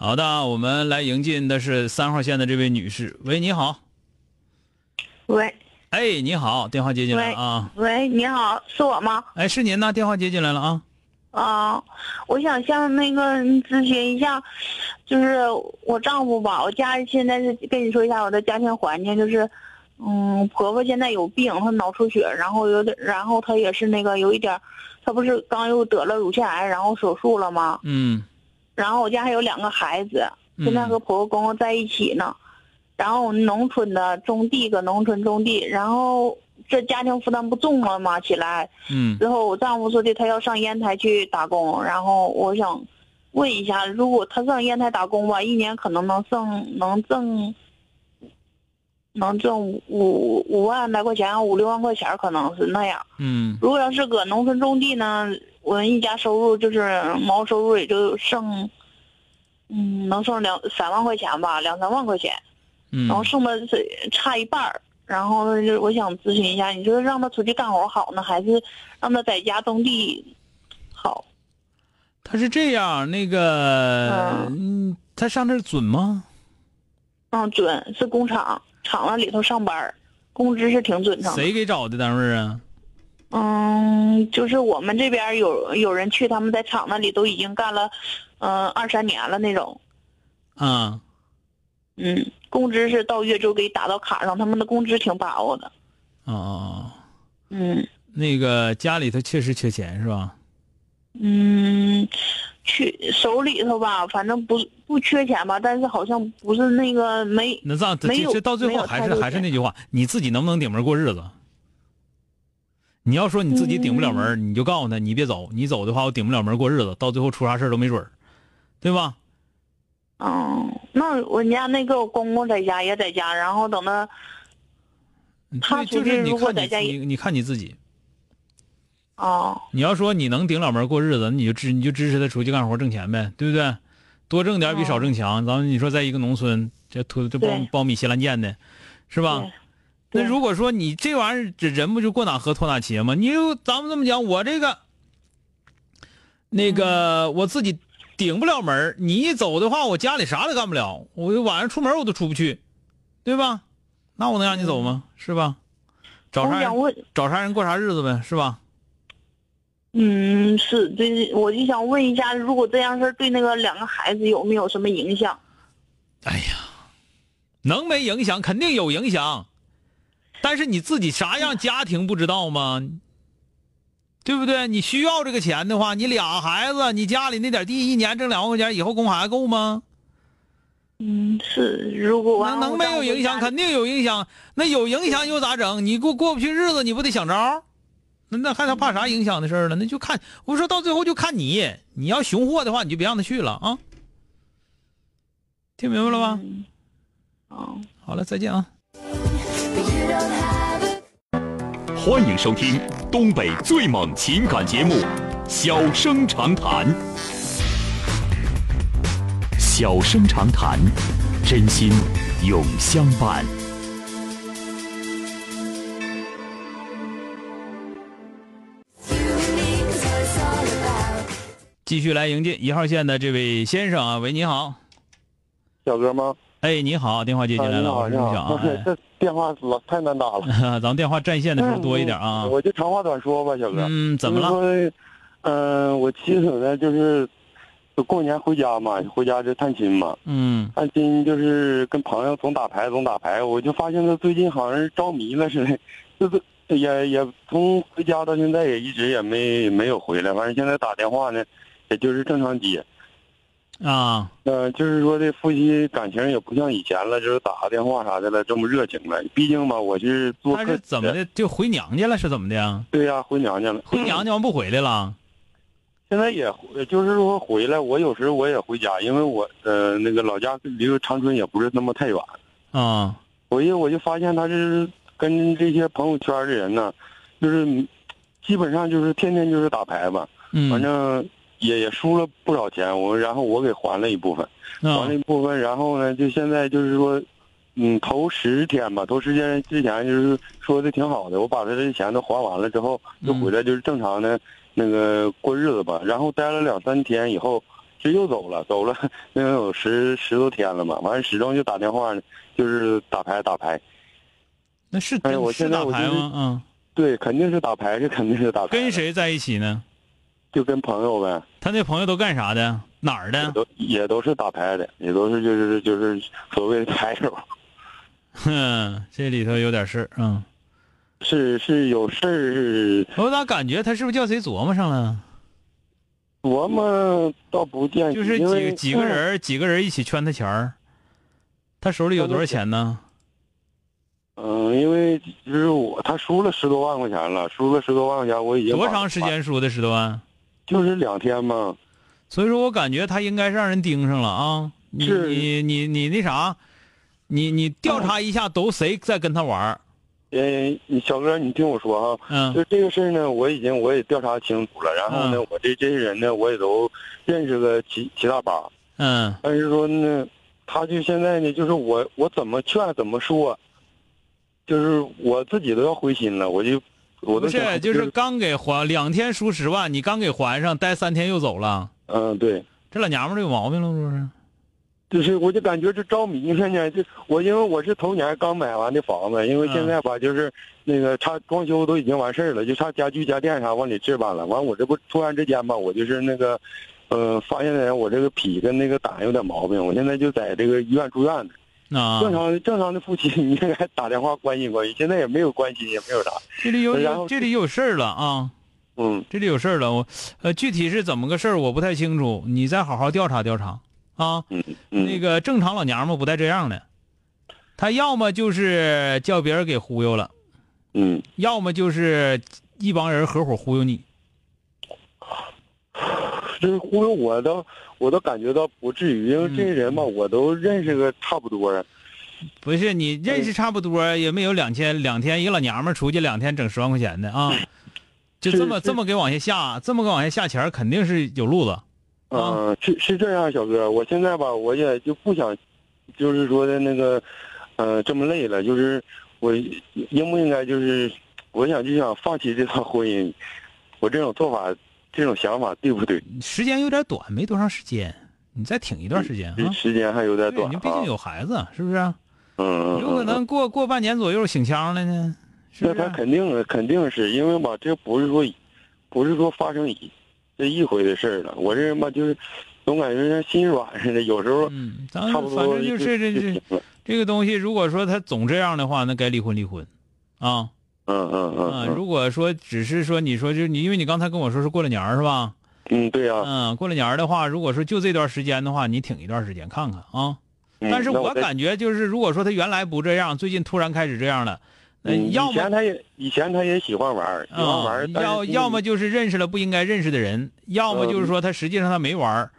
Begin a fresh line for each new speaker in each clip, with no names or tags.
好的，我们来迎进的是三号线的这位女士。喂，你好。
喂
哎，你好，电话接进来了啊。
喂，你好，是我吗？
哎，是您呐，电话接进来了啊。
啊、我想向那个咨询一下，就是我丈夫吧，我家现在是跟你说一下我的家庭环境，就是，嗯，婆婆现在有病，她脑出血，然后有点，然后她也是那个有一点儿，她不是刚又得了乳腺癌，然后手术了吗？
嗯。
然后我家还有两个孩子，现在和婆婆公公在一起呢。然后我们农村的种地搁农村种地，然后这家庭负担不重了嘛起来，
嗯
之后我丈夫说的他要上烟台去打工，然后我想问一下，如果他上烟台打工吧，一年可能能挣能挣能挣五五五万来块钱，啊五六万块钱可能是那样。
嗯
如果要是搁农村种地呢，我们一家收入就是毛收入也就剩，嗯，能剩两三万块钱吧，两三万块钱。
嗯
然后剩的是差一半儿。然后就是我想咨询一下，你说让他出去干活好呢，还是让他在家种地好？
他是这样，那个，
啊
嗯，他上这儿准吗？
嗯，准是工厂，厂子里头上班儿，工资是挺准成的。
谁给找的单位啊？
嗯，就是我们这边儿有有人去，他们在厂子里都已经干了，嗯、二三年了那种。
啊，
嗯，工资是到月就给打到卡上，他们的工资挺把握的。
哦哦哦，
嗯
那个家里头确实缺钱是吧？
嗯，去手里头吧，反正不不缺钱吧，但是好像不是那个没
那这样这
没有
这到最
没
后
有
还
太
是
多
还是
钱
那句话，你自己能不能顶门过日子？你要说你自己顶不了门儿，
嗯
你就告诉他，你别走，你走的话，我顶不了门儿过日子，到最后出啥事儿都没准儿，对吧？
嗯，那我家那个我公公在家也在家，然后等他他
对，就
出
是
去
你
如果
看你
在家
你你看你自己，
哦
你要说你能顶了门过日子，你就支你就支持他出去干活挣钱呗，对不对？多挣点比少挣强。咱们你说在一个农村，这土这苞
哦对
苞米稀烂贱的，是吧？
对
那如果说你这玩意儿，这人不就过哪河拖哪鞋吗？你就咱们这么讲，我这个那个、
嗯
我自己顶不了门儿你一走的话，我家里啥都干不了，我就晚上出门我都出不去，对吧？那我能让你走吗？是吧？找啥
嗯我想
人
问，
找啥人过啥日子呗，是吧？
嗯，是这我就想问一下，如果这样事儿对那个两个孩子有没有什么影响？
哎呀，能没影响？肯定有影响，但是你自己啥样家庭不知道吗？对不对？你需要这个钱的话，你俩孩子，你家里那点地，一年挣两万块钱，以后供孩子够吗？
嗯，是如果完
能能没有影响？肯定有影响。那有影响又咋整？你过过不去日子，你不得想招儿？那那还他怕啥影响的事儿了？那就看我说到最后就看你，你要熊货的话，你就别让他去了啊。听明白了吧？
嗯嗯
好了，再见啊。
欢迎收听东北最猛情感节目《小生长谈》。小生长谈，真心永相伴。
继续来迎接一号线的这位先生啊，喂，你好，
小哥吗？
哎，你好，电话接
啊，
进来
你
了，
好，
我是
你
陆
好。
晓啊
啊对，这电话老太难打了。
哎 咱们电话占线的时候多一点啊，嗯
我就嗯长话短说吧，小哥。呃
嗯，怎么了？
就是说？嗯、我妻子呢，就是就过年回家嘛，回家就探亲嘛，
嗯
探亲就是跟朋友总打牌总打牌，我就发现他最近好像是着迷了似的，就是也也从回家到现在也一直也没也没有回来，反正现在打电话呢，也就是正常接，
啊，
呃，就是说这夫妻感情也不像以前了，就是打个电话啥的了这么热情了，毕竟吧，我是做
他
客
是怎么的就回娘家了？是怎么的呀？
对呀、回娘家了，
回娘家完不回来了？
现在也回就是说回来，我有时我也回家，因为我呃那个老家离长春也不是那么太远。
啊
我一我就发现他是跟这些朋友圈的人呢，就是基本上就是天天就是打牌吧，
嗯，
反正也也输了不少钱，我然后我给还了一部分，还了
啊
一部分，然后呢就现在就是说。嗯，头十天吧，头十天之前就是说的挺好的，我把他这钱都还完了之后，就回来就是正常的那个过日子吧。然后待了两三天以后，就又走了，走了那能有十 十多天了吧。完了始终就打电话，就是打牌打牌。
那是
哎我
是
现在
打
我
牌
就是
吗？嗯，
对，肯定是打牌，这肯定是打牌。
跟？谁在一起呢？
就跟朋友呗，
他那朋友都干啥的？哪儿
也
的？
都也都是打牌的，也都是就是就是所谓的牌友。
哼，这里头有点事儿。嗯，
是是有事儿是
我咋感觉他是不是叫谁琢磨上了？
琢磨倒不见，
就是
因为嗯
几几个人儿几个人一起圈他钱儿，他手里有多少钱呢？
嗯，因为就是我他输了十多万块钱了，输了十多万块钱，我已经
多
把
长时？间输的十多万？
就是两天嘛。
所以说我感觉他应该是让人盯上了啊！你
是
你你你那啥，你你调查一下都谁在跟他玩儿？
嗯，你小哥，你听我说哈，
嗯
就这个事儿呢，我已经我也调查清楚了，然后呢，我对这些人呢，我也都认识个七七大八，
嗯
但是说呢，他就现在呢，就是我我怎么劝怎么说，就是我自己都要灰心了，我就我
不
都想
是，就是刚给还两天输十万，你刚给还上，待三天又走了，
嗯对。
这老娘们儿有毛病了，不是？
就是我就感觉这着迷了呢，就我因为我是头年刚买完的房子，因为
嗯
现在吧就是那个差装修都已经完事儿了，就差家具家电啥往里置办了。完我这不突然之间吧，我就是那个，呃，发现我这个脾跟那个胆有点毛病，我现在就在这个医院住院呢。
啊，
正常正常的夫妻 你应该打电话关心关心，现在也没有关心，也没有啥，
这里有
然后
有这里有事儿了啊，
嗯。
这里有事儿了，我呃具体是怎么个事儿我不太清楚，你再好好调查调查啊。
嗯嗯，
那个正常老娘们儿不带这样的，她要么就是叫别人给忽悠了，
嗯，
要么就是一帮人合伙忽悠你。
就是忽悠我都我都感觉到不至于，因为
嗯
这些人吧，我都认识个差不多了。啊
不是你认
嗯
识差不多，也没有两千两天，一个老娘们儿出去两天整十万块钱的啊，就这么
嗯是是
这么给往下下，这么给往下下钱儿肯定是有路子。啊
嗯，是是这样，小哥，我现在吧，我也就不想，就是说的那个，呃，这么累了，就是我应不应该就是，我想就想放弃这段婚姻，我这种做法，这种想法对不对？
时间有点短，没多长时间，你再挺一段时间啊。
这嗯时间还有点
对，
短
你
啊，
毕竟有孩子，是不是啊？
嗯，嗯
有可。
嗯嗯
能过过半年左右醒枪了呢，是
那
不是
他
啊？
肯定肯定是因为吧，这不是说，不是说发生一这一回的事儿了，我这人吧就是，总感觉像心软似的，有时候
嗯，咱
差不
们
多
反正就
就是
这
就
这
行了，
这个东西，如果说他总这样的话，那该离婚离婚，啊
嗯嗯嗯
啊！
嗯
如果说只是说你说就是你，因为你刚才跟我说是过了年儿是吧？
嗯，对呀、
嗯，过了年儿的话，如果说就这段时间的话，你挺一段时间看看啊。
嗯
但是
那
我
再
感觉就是，如果说他原来不这样，最近突然开始这样了，那
嗯，
要
以
么
前他也以前他也喜欢玩儿，喜欢玩
啊
儿，，但是
要
就是
要么就是认识了不应该认识的人，要
嗯
么就是说他实际上他没玩儿，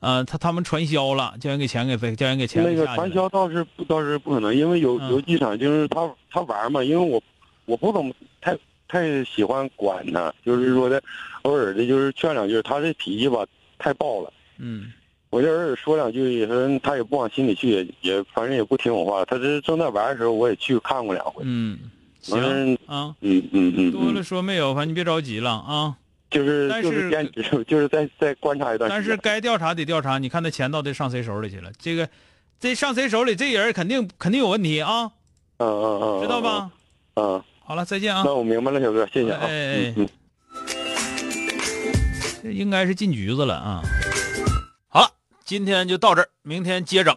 呃，他他们传销了，叫人给钱给飞，叫人给钱
那
给
个
下去
传
了
销倒是不倒是不可能，因为有
嗯
有几场就是他他玩儿嘛，因为我我不怎么太太喜欢管他，就是说的偶尔的就是劝两句，他这脾气吧太暴了，
嗯
我就偶尔说两句，也是他也不往心里去，也也反正也不听我话。他这正在玩儿的时候，我也去看过两回。
嗯，行
完了
啊，
嗯嗯嗯
多了
嗯，
说没有，反正你别着急了啊。
就是
但
就是是坚持， 就是再再观察一段
但是
时间。
该调查得调查，你看他钱到底上谁手里去了？这个，这上谁手里，这人肯定肯定有问题啊，
嗯嗯嗯，
知道吧？
嗯？嗯，
好了，再见啊。
那我明白了，小哥，谢谢啊。
哎哎哎
嗯嗯。
这应该是进局子了啊。今天就到这儿，明天接整。